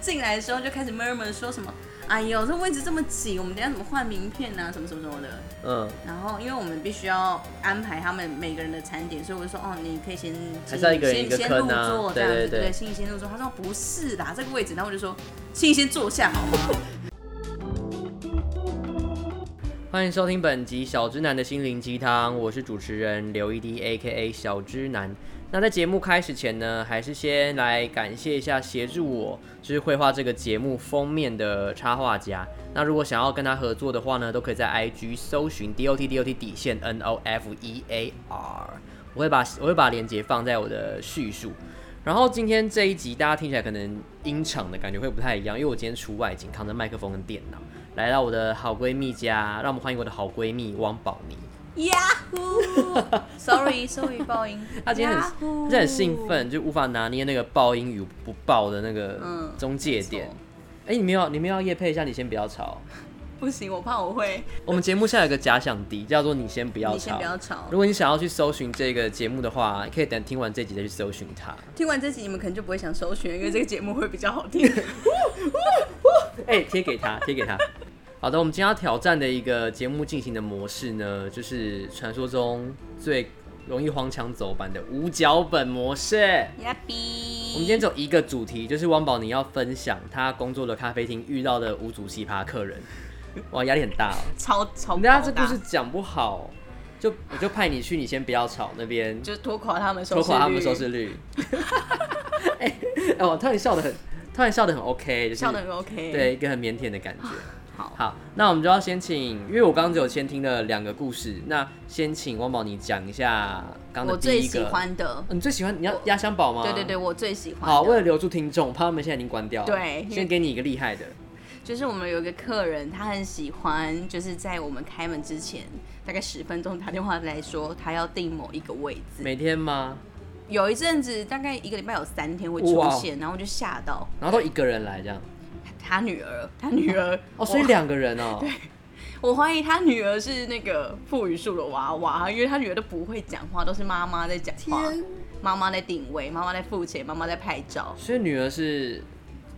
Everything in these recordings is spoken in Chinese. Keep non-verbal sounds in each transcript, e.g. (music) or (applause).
进来的时候就开始 murmur 说什么，哎呦，这位置这么挤，我们等一下怎么换名片啊，什么什么什么的。嗯，然后因为我们必须要安排他们每个人的餐点，所以我就说哦，你可以先还是要一个人一个先先入坑啊座这对样对子，对对，请你先入座。他说不是啦，这个位置，然后我就说，请你先坐下好吗？欢迎收听本集《小之男的心灵鸡汤》，我是主持人刘一滴 a K A 小之男。那在节目开始前呢，还是先来感谢一下协助我就是绘画这个节目封面的插画家。那如果想要跟他合作的话呢，都可以在 IG 搜寻 D O T D O T 底线 N O F E A R，我会把我会把链接放在我的叙述。然后今天这一集大家听起来可能音场的感觉会不太一样，因为我今天出外景，扛着麦克风跟电脑来到我的好闺蜜家，让我们欢迎我的好闺蜜汪宝妮。 (laughs) Yahoo，sorry sorry 爆音，她今天很， Yahoo 她很兴，奋，就无法拿捏那个爆音与不爆的那个嗯中介点。哎、你们要你们要夜配一下，你先不要吵。不行，我怕我会，我们节目现在有个假想敌，叫做你先不要你先吵不。要吵如。果你想要去搜寻这个节目的话，可以等听完这集再去搜寻它。听完这集，你们可能就不会想搜寻，因为这个节目会比较好 (laughs) 听。哎、贴给他，贴给他。好的，我们今天要挑战的一个节目进行的模式呢，就是传说中最容易荒腔走板的无脚本模式。呀比，我们今天只有一个主题，就是汪宝你要分享他工作的咖啡厅遇到的五组奇葩客人。哇，压力很大哦！超超你爆等下大，这故事讲不好，就我就派你去，你先不要吵那边，就是拖垮他们收拖视垮他们收率视率。 (laughs) 哎、哎，我突然笑得很，突然笑得很 OK，就是笑得很 OK。，对一个很腼腆的感觉。啊好，好，那我们就要先请，因为我刚刚只有先听了两个故事，那先请汪宝你讲一下刚刚我的第最一个。喜欢的，哦你最喜欢你要压箱宝吗？对对对，。我最喜欢的。好，为了留住听众，怕他们现在已经关掉了。对先给你一个厉害的。 (laughs) 就是我们有一个客人，他很喜欢，就是在我们开门之前大概十分钟打电话来说他要订某一个位置。每天吗？有一阵子大概一个礼拜有三天会出哇现，然后我就吓到然后都一个人来这样。他女儿，他女儿 (laughs) 哦，所以两个人哦。 (laughs) 我怀疑他女儿是那个富裕树的娃娃，因为他女儿都不会讲话，都是妈妈在讲话，妈妈在定位，妈妈在付钱，妈妈在拍照。所以女儿是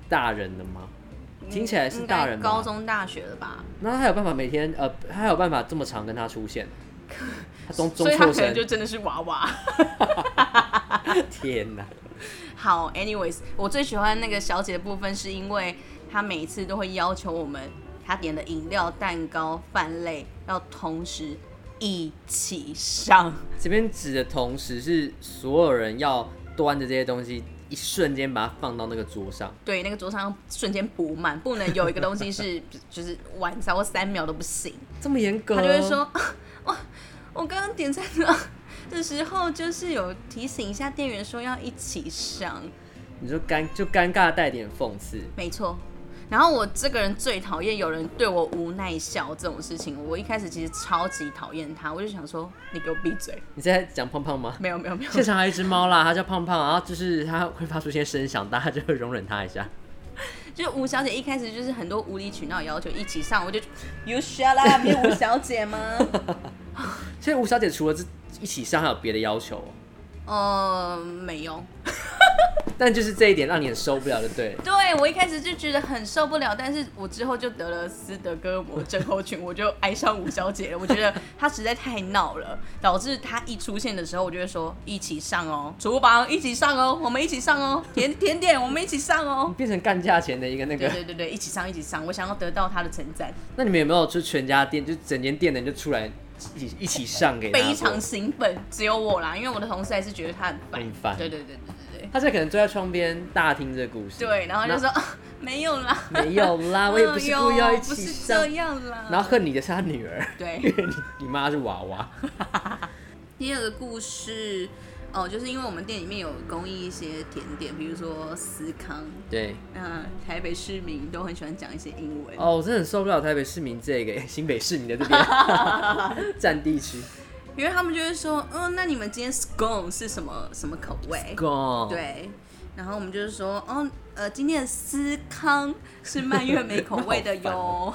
大人的吗？听起来是大人嗯应吧该高中、大学了吧？那他有办法每天呃，他有办法这么长跟他出现？他中中所以他错可能身就。真的是娃娃。 (laughs) 天哪！好，anyways，我最喜欢那个小姐的部分，是因为她每一次都会要求我们，她点的饮料、蛋糕、饭类要同时一起上。 (laughs) 这边指的同时是所有人要端着这些东西，一瞬间把它放到那个桌上。对，那个桌上要瞬间补满，不能有一个东西是 (laughs) 就是晚超过三秒都不行。这么严格？她就会说， (laughs) 我我刚刚点餐的的时候，就是有提醒一下店员说要一起上。你就尴就尴尬带点讽刺。没错。然后我这个人最讨厌有人对我无奈笑这种事情。我一开始其实超级讨厌他，我就想说你给我闭嘴。你在讲胖胖 (laughs) 吗？没有没有没有，现场还有一只猫啦，它叫胖胖，然后就是它会发出一些声响，大家就会容忍它一下。就是吴小姐一开始就是很多无理取闹的要求一起上，我就 You shut up，你吴小姐吗？所以吴小姐除了这一起上，还有别的要求哦，呃，没有。但就是这一点让你很受不了，对不对？对我一开始就觉得很受不了，但是我之后就得了斯德哥尔摩症候群，我就爱上吴小姐了。我觉得她实在太闹了，导致她一出现的时候，我就会说一起上哦，厨房一起上哦，我们一起上哦，甜甜点我们一起上哦。变成干价钱的一个那对个。对对对，一起上一起上，我想要得到她的称赞，那你们有没有就全家店，就整间店的人就出来一起一起上给他？非常兴奋。只有我啦，因为我的同事还是觉得她很烦。很烦哎对对对对对对他现在可能坐在窗边大听这个故事。对，然后就说 (laughs) 没有啦，没有 (laughs) 啦，我也不是故意要一嗯不起是上这。样啦。然后恨你的是他女儿，对因。为你你妈是娃 (laughs) 娃。第二个故事，哦，就是因为我们店里面有供应一些甜点，比如说司康，对，那台北市民都很喜欢讲一些英文。哦，我真的很受不了台北市民 (laughs) 这个新北市民的这边占地区。因为他们就会说，嗯，那你们今天 scone 是什么什么口味？ Go，，对，然后我们就是说，哦，呃，今天的司康是蔓越莓口味的 (laughs) 好烦哟。哦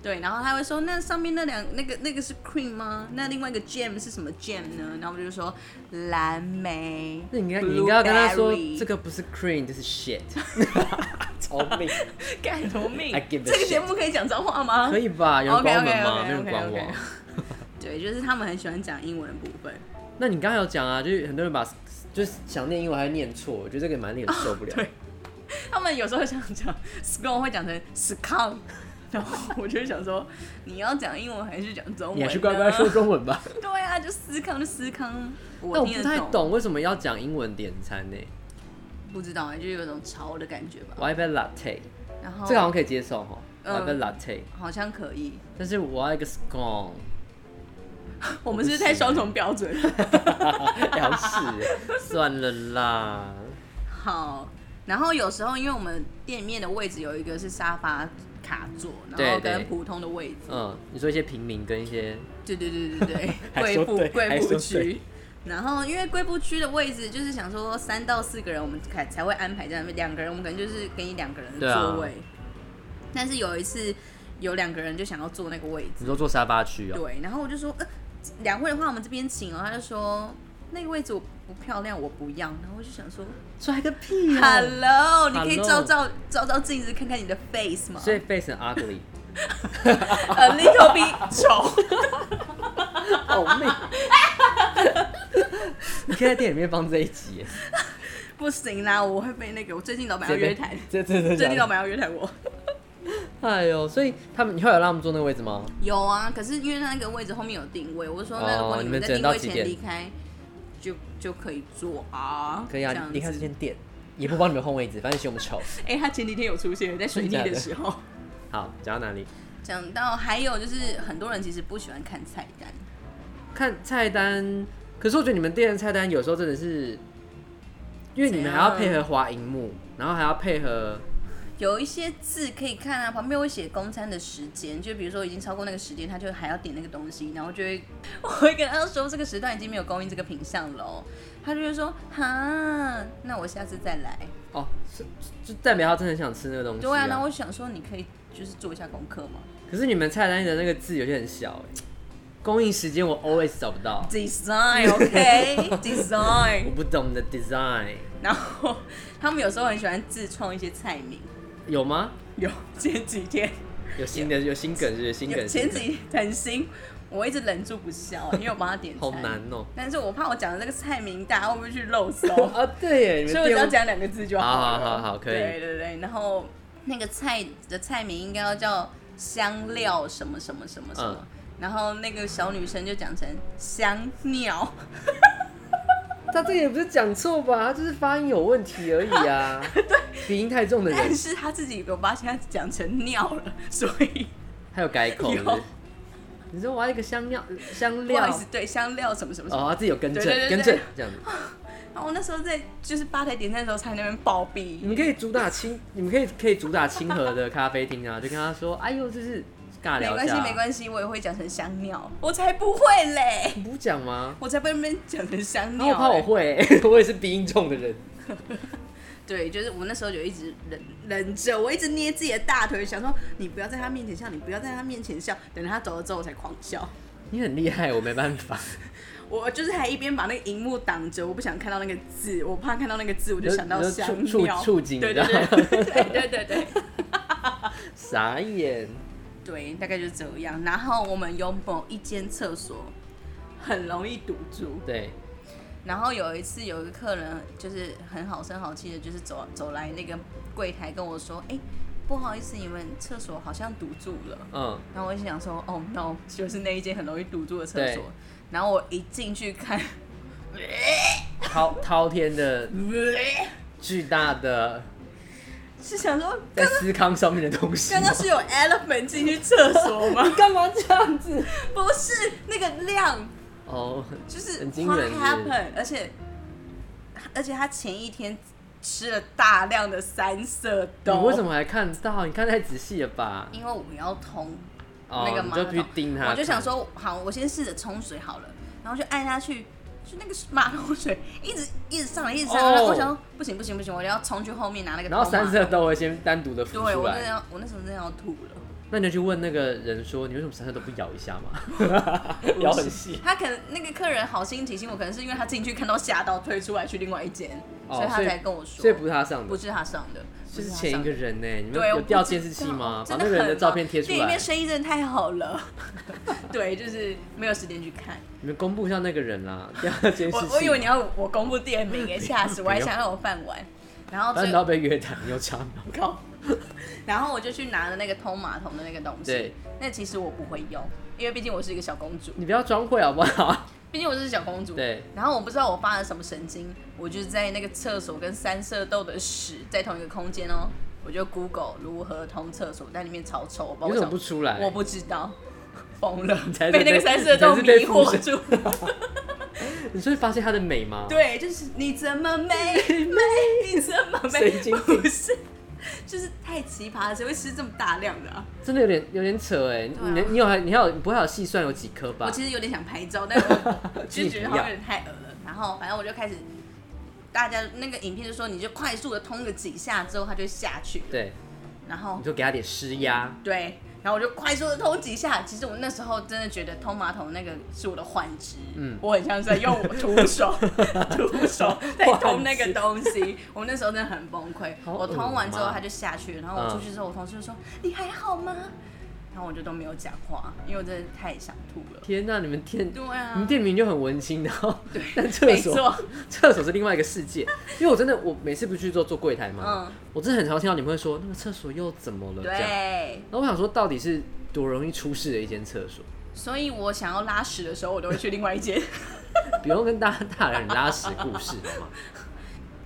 对，然后他会说，那上面那两那个那个是 cream 吗？那另外一个 jam 是什么 jam 呢？然后我们就说蓝莓。那你应该你应该要跟他说 blueberry (laughs) 这个不是 cream，这是 shit，哦，命干什么命 I give a 这个节目可以讲脏话吗可？以吧？有人管我们 OK，OK，OK，OK，OK，吗？没有人管我啊。 (laughs) 对，就是他们很喜欢讲英文的部分。那你刚才有讲啊，就是很多人把就是想念英文还念错，我觉得这个也蛮令人受不 (laughs) 了。对他们有时候想讲 scone 会讲成 scone，然 (laughs) 后我就想说，你要讲英文还是讲中文？你还是乖乖说。中文吧。 (laughs) 对啊，就思康就思康，但我哎我听不得太懂为什么要讲英文点餐呢不知道哎、就有一种潮的感觉吧。我要一杯 latte，然后这个好像可以接受哈。我哦嗯要一杯 latte，好像可以，但是我要一个 scone， (laughs) 我们是不是太双重标准。要是算了啦。好，然后有时候因为我们店里面的位置有一个是沙发卡座，然对后对跟普通的位置，嗯，你说一些平民跟一些对对对对对 (laughs) ，还贵说妇对还贵妇说对区。然后因为贵妇区的位置，就是想说三到四个人，我们才才会安排在那边。两个人，我们可能就是给你两个人对的啊座位。但是有一次有两个人就想要坐那个位置，你说坐沙发区哦、对，然后我就说，呃，两位的话我们这边请哦。他就说那个位置我不漂亮，我不要。然后我就想说拽个屁啊！ ，Hello，你可以照 Hello 照照照镜子看看你的 face 吗所以 face 很 ugly， ？A little bit 丑。 (laughs) 哦妹， (laughs) 你可以在店里面放这一集耶，不行啦，我会被那个。我最近老板要约谈，这这这最近老这，板要约谈我。哎呦，所以他们你后来有让他们坐那个位置吗？有啊，可是因为那个位置后面有定位，我就说那如哦果你你们们在只能定到位几前点离开，就就可以坐啊。可以啊这样，你看子这间店也不帮你们换位置，反正嫌我们丑。哎、他前几天有出现在水逆真的假的的时候。好，讲到哪里？讲到还有就是很多人其实不喜欢看菜单，看菜单，可是我觉得你们店的菜单有时候真的是，因为你们还要配合滑荧幕，然后还要配合，有一些字可以看啊，旁边会写公餐的时间，就比如说已经超过那个时间，他就还要点那个东西，然后就会 (laughs) 我会跟他说这个时段已经没有供应这个品相了哦，他就会说哈，那我下次再来。哦，是就代表他真的很想吃那个东西、对啊，那我想说你可以就是做一下功课嘛。可是你们菜单的那个字有些很小、哎，供应时间我 always 找不到， Design OK Design，我不懂你的 design 然后他们有时候很喜欢自创一些菜名，有吗？有前几天有新的有新梗是不是新有梗，前新梗几很新，我一直忍住不笑，因为我帮他点餐好难哦、但是我怕我讲的这个菜名，大家会不会去漏搜？啊，对耶， (laughs) 你哦所以们我只要店有讲两个字就好了。好好好好可以对对对，然后那个菜的菜名应该要叫香料什么什么什么什么，嗯然后那个小女生就讲成香尿， (laughs) 他这个也不是讲错吧？他就是发音有问题而已 (laughs) 啊。对，鼻音太重的人但是她自己有发现她讲成尿了， (laughs) 所以还有改口是不是有你说我要一个香 (laughs) 料香不好料意思，对香料什么什么什么。哦，他自己有更正对对对对更正这样子。然后我那时候在就是吧台点餐的时候，才那边暴毙你。们可以主打亲，你们可以可以主打亲和的咖啡厅啊，就跟他说，哎呦，这是尬没聊关一系，下，没关系，我也会讲成香尿，我才不会嘞，系，不讲吗？我才被那边讲成香然后尿、我怕我欸会、 (laughs) 我也是鼻音重的人。对，就是我那时候就一直忍忍着，我一直捏自己的大腿，想说你不要在他面前笑，你不要在他面前笑。等他走了之后，我才狂笑。你很厉害，我没办法。我就是还一边把那个荧幕挡着，我不想看到那个字，我怕看到那个字，我就你就想到你就香触触料，触景对这对样对对对对对傻眼，对，大概就是这样。然后我们有某一间厕所很容易堵住，对，然后有一次有一个客人就是很好声好气的，就是走走来那个柜台跟我说，哎、不好意思，你们厕所好像堵住了。嗯，然后我就想说，哦 no，就是那一间很容易堵住的厕对所。然后我一进去看，滔滔天的巨大的是想说，在思康上面的东西吗刚。刚 (laughs) 是有 elephant 进去厕所吗？干嘛这样子？ (laughs) 不是，那个量哦，就是很 what 惊人是不是 happened，而且而且他前一天吃了大量的三色你豆，为什？么还看到？你看太仔细了吧？因为我们要通哦，那个你马就桶，必须盯他。我就想，说，好，我先试着冲水好了，然后就按下去，就那个马桶水一直一直上来，一直上来，哦然后我想说不行不行不行，我要冲去后面拿那个。然后三色，豆会先单独的浮对出我那来，要我那时候真的要吐了，那你就去问那个人说，你为什么三餐都不咬一 (laughs) 下嘛？咬很细，他可能那个客人好心提醒我，可能是因为他进去看到吓到退出来去另外一间，哦所以他所以才跟我说。所以不是他上不的，是他上的，就不是他前上一的个人呢、你们对，有我调不知监视器道吗？把真那的个人的很照忙片贴出店里来面，生意真的太好了， (laughs) 对，就是没有时间去看。你们公布一下那个人啦，调监视器我嘛。我以为你要我公布店名 (laughs) 诶，吓死我！我还不用想让我饭碗。然后反正最你要被约谈，你有差吗？靠， (laughs) 然后我就去拿了那个通马桶的那个东西对。那其实我不会用，因为毕竟我是一个小公主，你不要装会好不好？ (laughs) 毕竟我是小公主。对，然后我不知道我发了什么神经，我就在那个厕所跟三色豆的屎在同一个空间哦，我就 Google 如何通厕所，在里面超臭，我不你知怎道么我不出来？我不知道，疯了，才是被那被个三色豆才是迷被附惑住。你是不是发现他的美吗？，对，就是你怎么美美，你怎么美？神经不是，就是太奇葩了，谁会吃这么大量的啊？真的有点有点扯哎、对啊你你有还你还有你不会还有细算有几颗吧我？其实有点想拍照，但 (laughs) 我请就你觉得好不要像有点太恶了。然后反正我就开始，大家那个影片就说你就快速的通个几下之后，它就下去了。对，然后你就给他点施压，对，然后我就快速的偷几下。其实我那时候真的觉得通马桶那个是我的幻肢，嗯我很像是在 (laughs) 用我徒手徒手在通那个东西。我那时候真的很崩溃。好恶嗯我通完之后嘛他就下去了，然后我出去之后，我同事就说：“你还好吗？”然后我就都没有讲话，因为我真的太想吐了。天呐、你们店、对你们啊，店名就很文青，然后 (laughs) 但厕没所错，厕所是另外一个世界。因为我真的我每次不是去做做柜台嘛，嗯，我真的很常听到你们会说那个厕所又怎么了这样。对。然后我想说到底是多容易出事的一间厕所，所以我想要拉屎的时候，我都会去另外一间。不用跟大家大人拉屎故事好吗？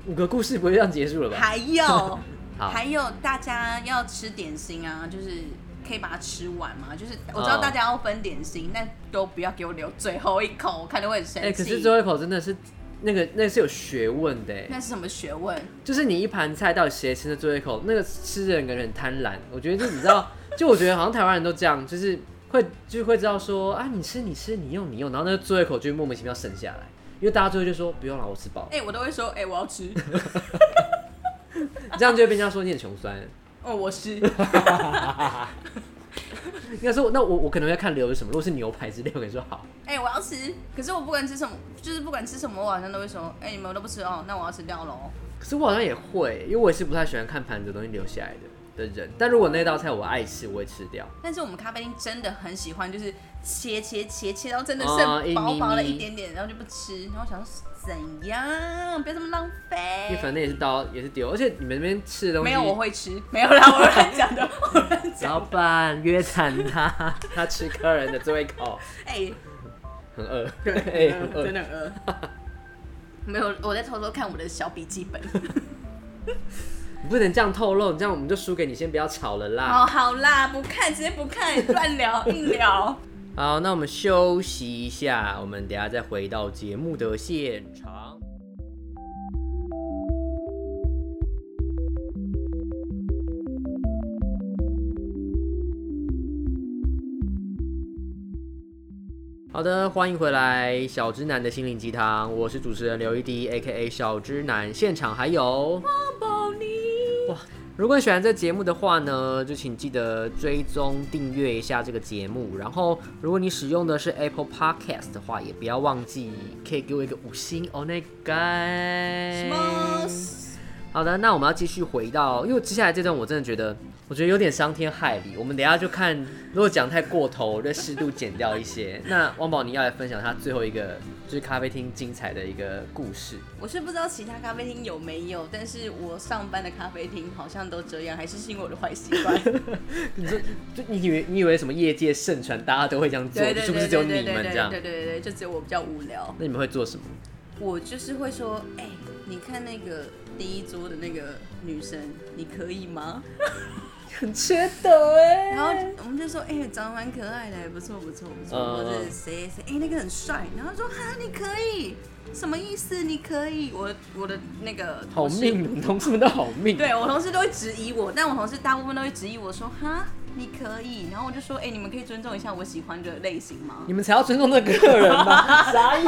五个故事不会这样结束了吧？还有 (laughs) 好，还有大家要吃点心啊，就是可以把它吃完嘛。就是我哦知道大家要分点心，但都不要给我留最后一口，我看着会很生哎、气。可是最后一口真的是那个那是有学问的哎、那是什么学问？就是你一盘菜到底谁吃的最后一口，那个吃的人感觉很贪婪。我觉得就你知道， (laughs) 就我觉得好像台湾人都这样，就是会就会知道说啊，你吃你吃，你用你用，然后那个最后一口就会莫名其妙剩下来，因为大家最后就说不用了，我吃饱，哎、我都会说，哎、我要 (laughs) 吃，这样就会被人家说你很穷酸。 (laughs) 哦，我是，应该说那我我可能会看留的什么，如果是牛排之类，我跟你说好，哎、我要吃。可是我不管吃什么，就是不管吃什么，我好像都会说，哎、你们都不吃哦，那我要吃掉喽。可是我好像也会，因为我也是不太喜欢看盘子的东西留下来的的人，但如果那道菜我爱吃，我会吃掉。但是我们咖啡厅真的很喜欢，就是切切切切到真的哦一剩薄薄的咪咪一点点，然后就不吃，然后想说怎样，不要这么浪因为费。反正也是刀，也是丢，而且你们那边吃的东西没有，我会吃。 (laughs) 没有啦，我乱讲 (laughs) 的，我乱讲。老板约谈他， (laughs) 他吃客人的最后一口，哎、很饿， (laughs) 对，真很哎饿。的很饿。 (laughs) 没有，我在偷偷看我的小笔记本。你不能这样透露，你这样我们就输给你，先不要吵了啦。哦，好啦，不看，直接不看，乱聊硬 (laughs) 聊。好，那我们休息一下，我们等一下再回到节目的现场。好的，欢迎回来，小直男的心灵鸡汤，我是主持人刘一迪，A K A 小直男，现场还有。宝妮，如果你喜欢这节目的话呢，就请记得追踪订阅一下这个节目。然后，如果你使用的是 Apple Podcast 的话，也不要忘记可以给我一个五星哦，那什个么。？好的，那我们要继续回到，因为接下来这段我真的觉得，我觉得有点伤天害理。我们等一下就看，如果讲太过头，我就适度剪掉一些。 (laughs) 那汪宝妮要来分享她最后一个就是咖啡厅精彩的一个故事。我是不知道其他咖啡厅有没有，但是我上班的咖啡厅好像都这样，还是是因为我的坏习 (laughs) 惯。你这就你以为你以为什么业界盛传大家都会这样做，对对是不对是对只有对你对们这样对对？对对，就只有我比较无聊。那你们会做什么？我就是会说，哎、你看那个第一桌的那个女生，你可以吗？很缺德哎、然后我们就说，哎、长得蛮可爱的，不错不错不错，嗯或者谁谁谁，哎、那个很帅。然后说，哈，你可以，什么意思？你可以，我我的那个好同事，命，同事们都好命。对我同事都会质疑我，但我同事大部分都会质疑我说，哈，你可以。然后我就说，哎、你们可以尊重一下我喜欢的类型吗？你们才要尊重那个 (laughs) 人吧？傻眼。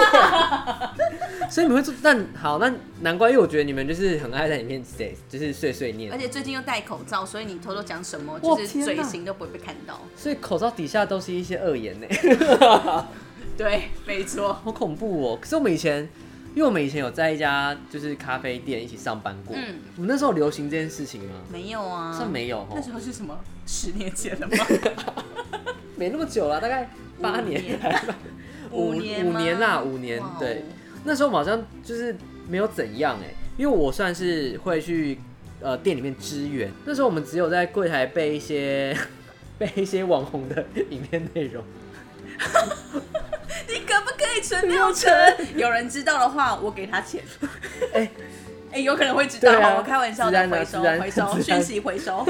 所以你们会做，但好，那难怪，因为我觉得你们就是很爱在里面谁，就是碎碎念而，且最近又戴口罩，所以你偷偷讲什么，哇就是天哪嘴型都不会被看到。所以口罩底下都是一些恶言呢， (laughs) 对， (laughs) 没错。好恐怖哦。可是我们以前，因为我们以前有在一家就是咖啡店一起上班过，嗯我们那时候流行这件事情吗？没有啊，好像没有哦那，时候是什么？十年前了吗？没那么久了，大概八年， (laughs) 五年 (laughs) 五吗年啦，五年哇哦对。那时候我们好像就是没有怎样哎、因为我算是会去呃店里面支援。那时候我们只有在柜台背一些 (laughs) 背一些网红的影片内容， (laughs) 你可不可以存六成？有人知道的话，我给他钱。 (laughs) 哎 (laughs) 哎、有可能会知道，哦对啊我开玩笑自的，然啊回收自然回收自然讯息回 (laughs) 收。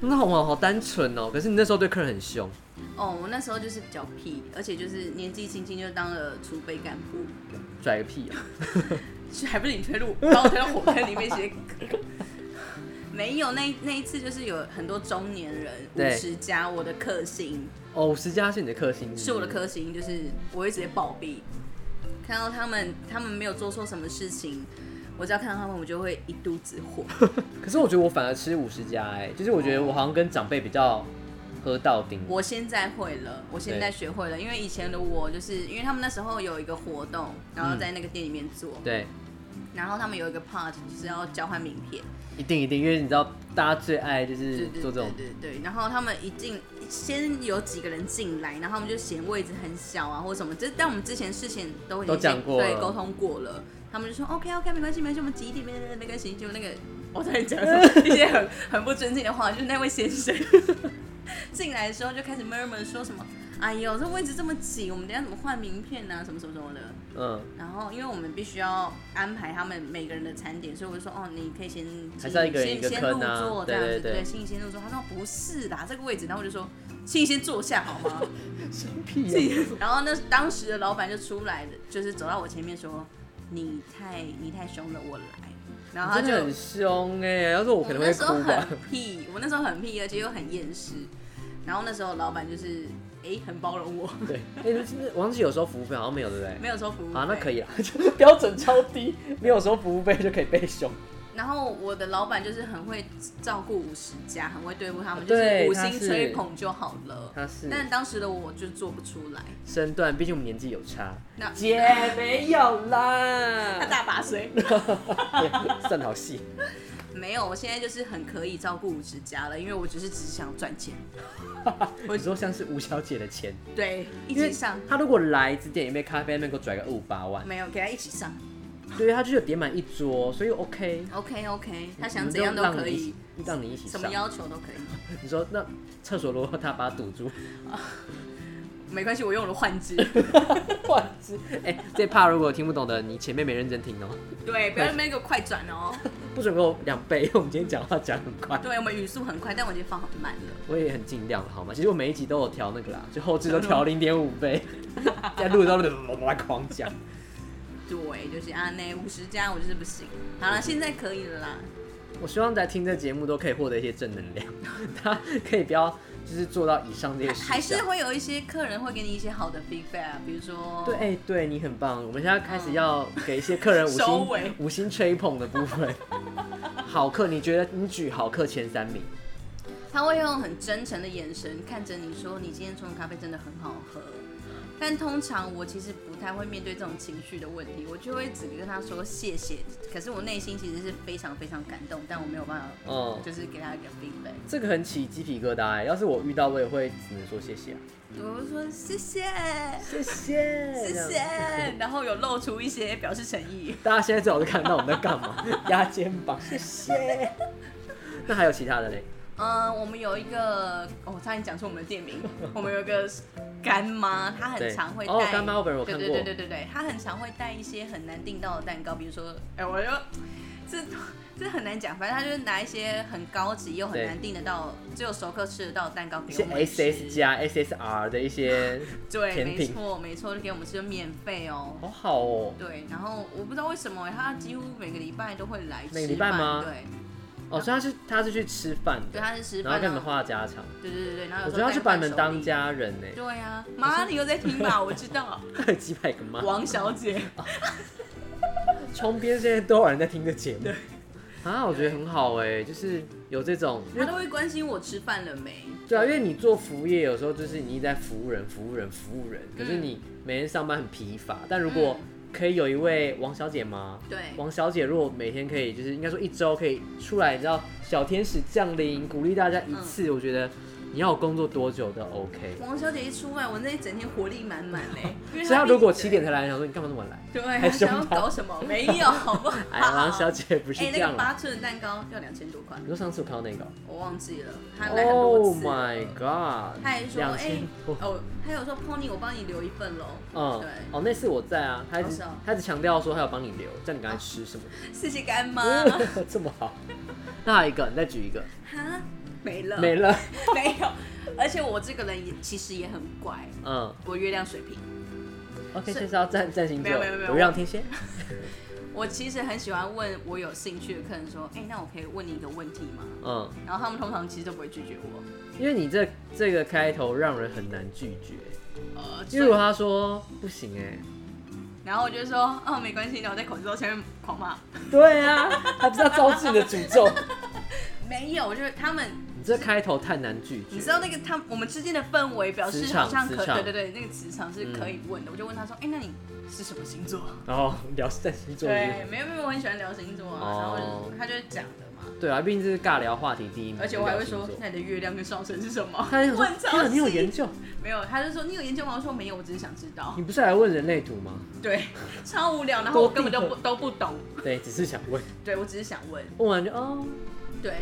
那好好好单纯哦、可是你那时候对客人很凶，哦，我那时候就是比较屁，而且就是年纪轻轻就当了储备干部，拽个屁啊！还不是你推 (laughs) 入，把我推到火坑里面写。 (laughs) 没有，那那一次就是有很多中年人五对十加，我的克星哦，五十加是你的克星，是我的，克星，就是我会直接暴毙。看到他们，他们没有做错什么事情，我只要看到他们，我就会一肚子火。可是我觉得我反而吃五十加哎，就是我觉得我好像跟长辈比较喝到顶，我现在会了，我现在学会了，因为以前的我就是因为他们那时候有一个活动，然后在那个店里面做，对，然后他们有一个 part 就是要交换名片，一定一定，因为你知道大家最爱就是对对做这种对对对，然后他们一进先有几个人进来，然后他们就嫌位置很小啊或什么，这但我们之前事情都已经都讲过了对，沟通过了。他们就说 OK OK 没关系没关系，我们挤一点没没没关系，就那个我在讲什么一些很很不尊敬的话，就是那位先生进来的时候就开始 murmur 说什么，哎呦这位置这么挤，我们等一下怎么换名片啊什么什么什么的。嗯。然后，因为我们必须要安排他们每个人的餐点，所以我就说，哦，你可以先还是要一个人一个先先入坑啊座这对样子，对对对，请你先入座。他说不是啦，这个位置。然后我就说，请你先坐下好吗？ (laughs) 屁、然后那当时的老板就出来了，就是走到我前面说，你太你太凶了，我来。然后他真就的很凶哎、要是我可能会那时候哭吧很。屁，我那时候很屁，而且又很厌世。然后那时候老板就是，哎，很包容我， (laughs) 对，哎、欸，我忘记有时候服务费好像没有，对不对？没有说服务好，啊那费可以 (laughs) 啦，就是标准超低，没有说服务费就可以被凶。然后我的老板就是很会照顾五十家，很会对付他们，就对是五他星是吹捧就好了。他是但当时的我就做不出来。身段，毕竟我们年纪有差。那姐没有他啦， (laughs) 大把岁，算好戏。没有，我现在就是很可以照顾五十家了，因为我只是只想赚钱。我说像是吴小姐的钱，对，一因为起上，她如果来只点一杯咖啡，能够拽个二五八万，没有给他一起上。对，她就有点满一桌，所以 OK。 OK OK，他我想们怎样就都让可你一起以，，让你一起什么上。要求都可以，你说那厕所如果他把它堵 (laughs) 住， (laughs) 没关系，我用了换支。换之。哎、这怕如果听不懂的，你前面没认真听哦、对，不要那个快转哦。不准给我两倍，因 (laughs) 为我们今天讲话讲很快，对，我们语速很快，但我已经放很慢了。我也很尽量了，好吗？其实我每一集都有调那个啦，就后置都调零点五倍，在录到乱狂讲。对，就是啊，那五十加我就是不行。好嗯了，现在可以了啦。我希望在听这节目都可以获得一些正能量， (laughs) 他可以不要就是做到以上这些还事还是项。会有一些客人会给你一些好的 feedback，比啊如说，对，哎、，对你很棒。我们现在开始要给一些客人 (laughs) 五收星尾五星吹捧的部分。 (laughs) 好客，你觉得你举好客前三名？他会用很真诚的眼神看着你说，你今天冲的咖啡真的很好喝。但通常我其实不太会面对这种情绪的问题，我就会只跟他说谢谢。可是我内心其实是非常非常感动，但我没有办法，嗯，就是给他一个 feedback。这个很起鸡皮疙瘩、哎，要是我遇到，我也会只能说谢谢啊，我就说谢谢，谢谢，谢这样谢，然后有露出一些表示诚意。大家现在最好是看到我们在 (laughs) 干嘛，压肩膀，谢谢。那还有其他的嘞？嗯，我们有一个，哦、我差点讲出我们的店 (laughs) 名。我们有一个干妈，她很对常会带、哦，干妈我本人有对看对过，对对对对，她很常会带一些很难订到的蛋糕，比如说，哎、我就这这很难讲，反正她就是拿一些很高级又很对难订得到，只有熟客吃得到的蛋糕一给些我们 SS 吃。加 SSR 的一些，对，甜没品错没错，就给我们吃，就免费哦。好好哦。对，然后我不知道为什么她几乎每个礼拜都会来吃饭，每个礼拜吗对，哦，所以他是他是去吃饭的，对，他是吃然饭后跟你啊们，话家常。对对对对，然后有我觉时得候他是把你带伴们手当礼，家人呢、对呀、妈，你有在听吧？我知 (laughs) 道，欸，几百个妈，王小姐，窗边现在都有人在听这节目。啊，我觉得很好哎、就是有这种，因她为都会关心我吃饭了没。对啊，因为你做服务业有时候就是你一直在服务人、服务人、服务人，可嗯是你每天上班很疲乏。但如果可以有一位王小姐吗？对王小姐如果每天可以，就是应该说一周可以出来，你知道小天使降临，鼓励大家一次，嗯我觉得你要我工作多久都 OK。王小姐一出来，我那一整天活力满满 (laughs) 嘞。因为所以她毕如果竟七点才来，想说你干嘛那么晚来？对，还她凶想要她搞什么？没有，好不好？ (laughs) 哎，王小姐不是哎，这那样啊个啦。八寸的蛋糕要两千多块，你说上次我看到那个哦我忘记了，她来很多，Oh 次了。 my god，他还说，两哎、千多。哦，还有说 Pony，我帮你留一份 (laughs) 喽。嗯对，哦，那次我在啊，他一哦直是哦他一直强调说他要帮你留，叫你赶快吃什么谢谢干 (laughs) 妈。的，这么好。那还有一个，你再举一个，哈，没了，没了。 (laughs) 没有。而且我这个人也其实也很怪，嗯我月亮水瓶， ，OK，是这是要占占星座，没有没有没有我让天蝎。我其实很喜欢问我有兴趣的客人说，哎、那我可以问你一个问题吗？嗯，然后他们通常其实都不会拒绝我。因为你这这个开头让人很难拒绝，呃，因为如所果以他说不行哎，然后我就说，哦，没关系，然后在口罩前面狂骂。对啊，他不是要招致你的诅咒。没有，就是他们， (laughs) 你这开头太难拒绝，你知道那个他我们之间的氛围表磁示场好像磁可，场对对对，那个磁场是可以问的。我就问他说，哎、那你是什么星座？然后聊占星座是不对是，，没有没有，我很喜欢聊星座啊，然后哦我就他就讲的嘛，对啊，毕竟这是尬聊话题第一名，而且我还会说聊星座那你的月亮跟上升是什么？他就说问：“天超啊，你有研细，究？没有，他就说你有研究吗？我说没有，我只是想知道你。不是来问人类图吗？对， (laughs) 超无聊，然后我多根本都地不都不懂，对，只是想问。对我只是想问， (laughs) 问完就哦，对。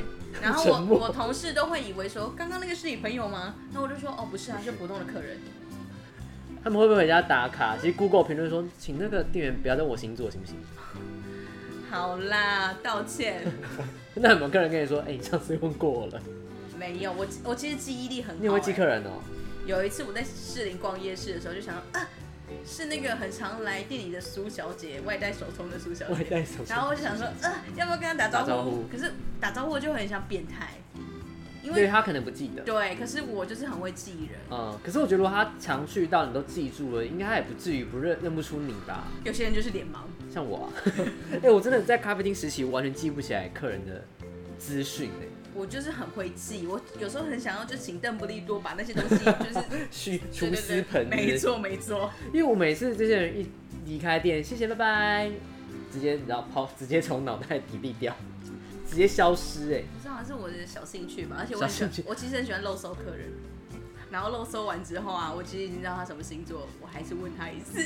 然后沉我默我同事都会以为说刚刚那个是你朋友吗？那我就说哦不是啊，是普通的客人。他们会不会回家打卡？其实 Google 评论说，请那个店员不要问我星座行不行？ (laughs) 好啦，道歉，那有没有客人跟你说，哎、你上次问过我了？没有，我我其实记忆力很好、你也会记欸客人哦、有一次我在士林逛夜市的时候，就想到啊，是那个很常来店里的苏小姐，外带手冲的苏小我也姐。带手机哎然后我就想说，啊，要不要跟她打招呼？打招呼可是打招呼我就很想变态，因对为他可能不记得。对，可是我就是很会记人。嗯，可是我觉得如果他常去到你都记住了，应该他也不至于不认认不出你吧？有些人就是脸盲，像我、啊， (laughs) 哎、我真的在咖啡厅时期我完全记不起来客人的资讯哎，我就是很会记。我有时候很想要就请邓布利多把那些东 (laughs) 西就是去对厨对师对盆子没错没错，因为我每次这些人一离开店，谢谢拜拜，直接然后抛，直接从脑袋底地掉，直接消失哎、这好像是我的小兴趣吧。而且我很喜小兴欢，我其实很喜欢漏搜客人。然后漏搜完之后啊，我其实已经知道他什么星座，我还是问他一次。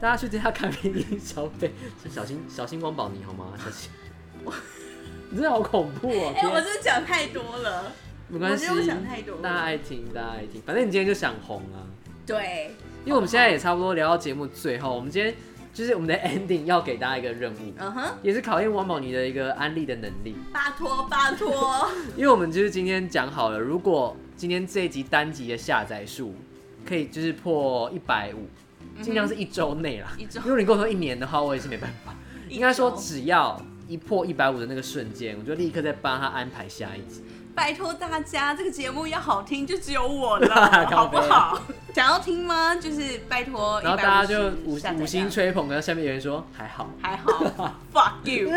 大家去这家咖啡厅消费，小心小心汪宝你好吗？小心， (laughs) 你真的好恐怖哦、哎、天我真的讲太多了。没关系我觉得我想太多，了大家爱听，大家爱听，反正你今天就想红啊。对，因为我们现在也差不多聊到节目最后，我们今天就是我们的 ending 要给大家一个任务，嗯哼，也是考验汪宝你的一个安利的能力。拜托拜托，因为我们就是今天讲好了，如果今天这一集单集的下载数可以就是破一百五，尽量是一周内啦。嗯一周如果你跟我说一年的话，我也是没办法。一周 (laughs) 应该说，只要一破一百五的那个瞬间，我就立刻再帮他安排下一集。拜托大家，这个节目要好听就只有我 (laughs) 靠了，北好不好？想要听吗？就是拜托，然后大家就150五下载五星量。吹捧，然后下面有人说还 (laughs) 好。 (laughs) 还好，fuck you！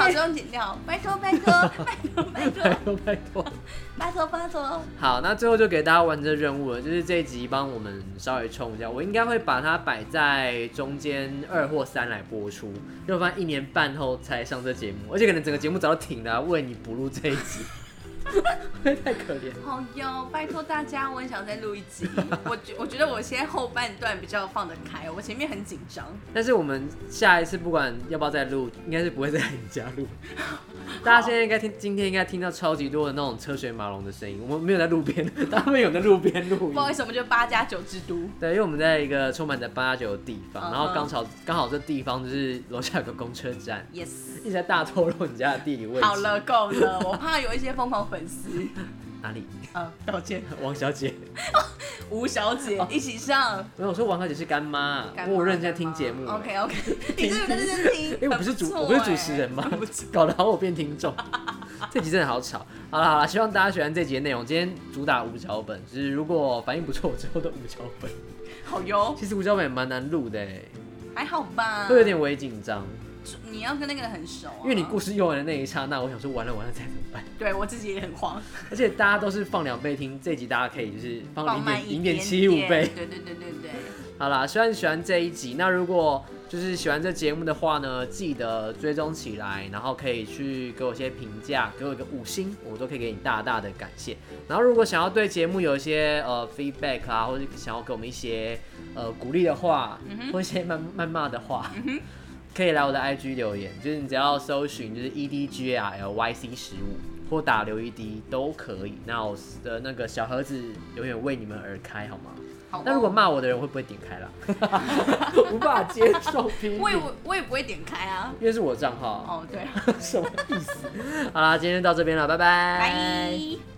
好，这种剪掉，拜托拜托拜托拜拜托托拜托，拜托拜托，好，那最后就给大家完成任务了，就是这一集帮我们稍微冲一下，我应该会把它摆在中间二或三来播出，因为我发现一年半后才上这节目，而且可能整个节目早就停了啊、为你补录这一集， (laughs) (laughs) 会不会太可怜。好哟，拜托大家，我很想再录一集。我觉我觉得我现在后半段比较放得开，我前面很紧张。但是我们下一次不管要不要再录，应该是不会再来你家录。大家现在应该听，今天应该听到超级多的那种车水马龙的声音，我们没有在路 (laughs) 边，他们有在路边录不音知。道为什么就八加九之都。对，因为我们在一个充满着八加九的地方，嗯哼然后刚好刚好这地方就是楼下有个公车站， Yes，一直在大透露你家的地理位置。好了，够了，我怕有一些疯狂粉丝。哪里？ (laughs) 啊，道歉，王小姐，吴小姐一起上。没有，我说王小姐是干妈，干妈我有认真在听节目。 OK OK，你真的认真听？因为哎我不是主，很错欸我不是主持人嘛，搞得好像我变听众。 (laughs) 这集真的好吵。好啦好啦，希望大家喜欢这集的内容。今天主打五脚本，就是如果反应不错，我之后的五脚本。哎，好哟，其实五脚本也蛮难录的欸，还好吧？会有，点微紧张，你要跟那个人很熟啊，因为你故事用完的那一刹那，我想说完了完了再怎么办？对我自己也很慌，而且大家都是放两倍听，这集大家可以就是放放零慢点一哦零点点七五倍。对对对对对，好啦，希望你喜欢这一集。那如果就是喜欢这节目的话呢，记得追踪起来，然后可以去给我一些评价，给我一个五星，我都可以给你大大的感谢。然后如果想要对节目有一些呃 feedback 啊，或者想要给我们一些呃鼓励的话，或一些谩谩骂的话。可以来我的 IG 留言，就是你只要搜寻就是 E D G A R L Y C 十五或打刘一滴都可以。那我的那个小盒子永远为你们而开，好吗？好吧。那如果骂我的人会不会点开啦？无法接受批我也评，不我也不会点开啊。因为 (laughs) 是我的账号啊，哦，对啊，什么意思？好啦，今天就到这边了，拜拜。拜。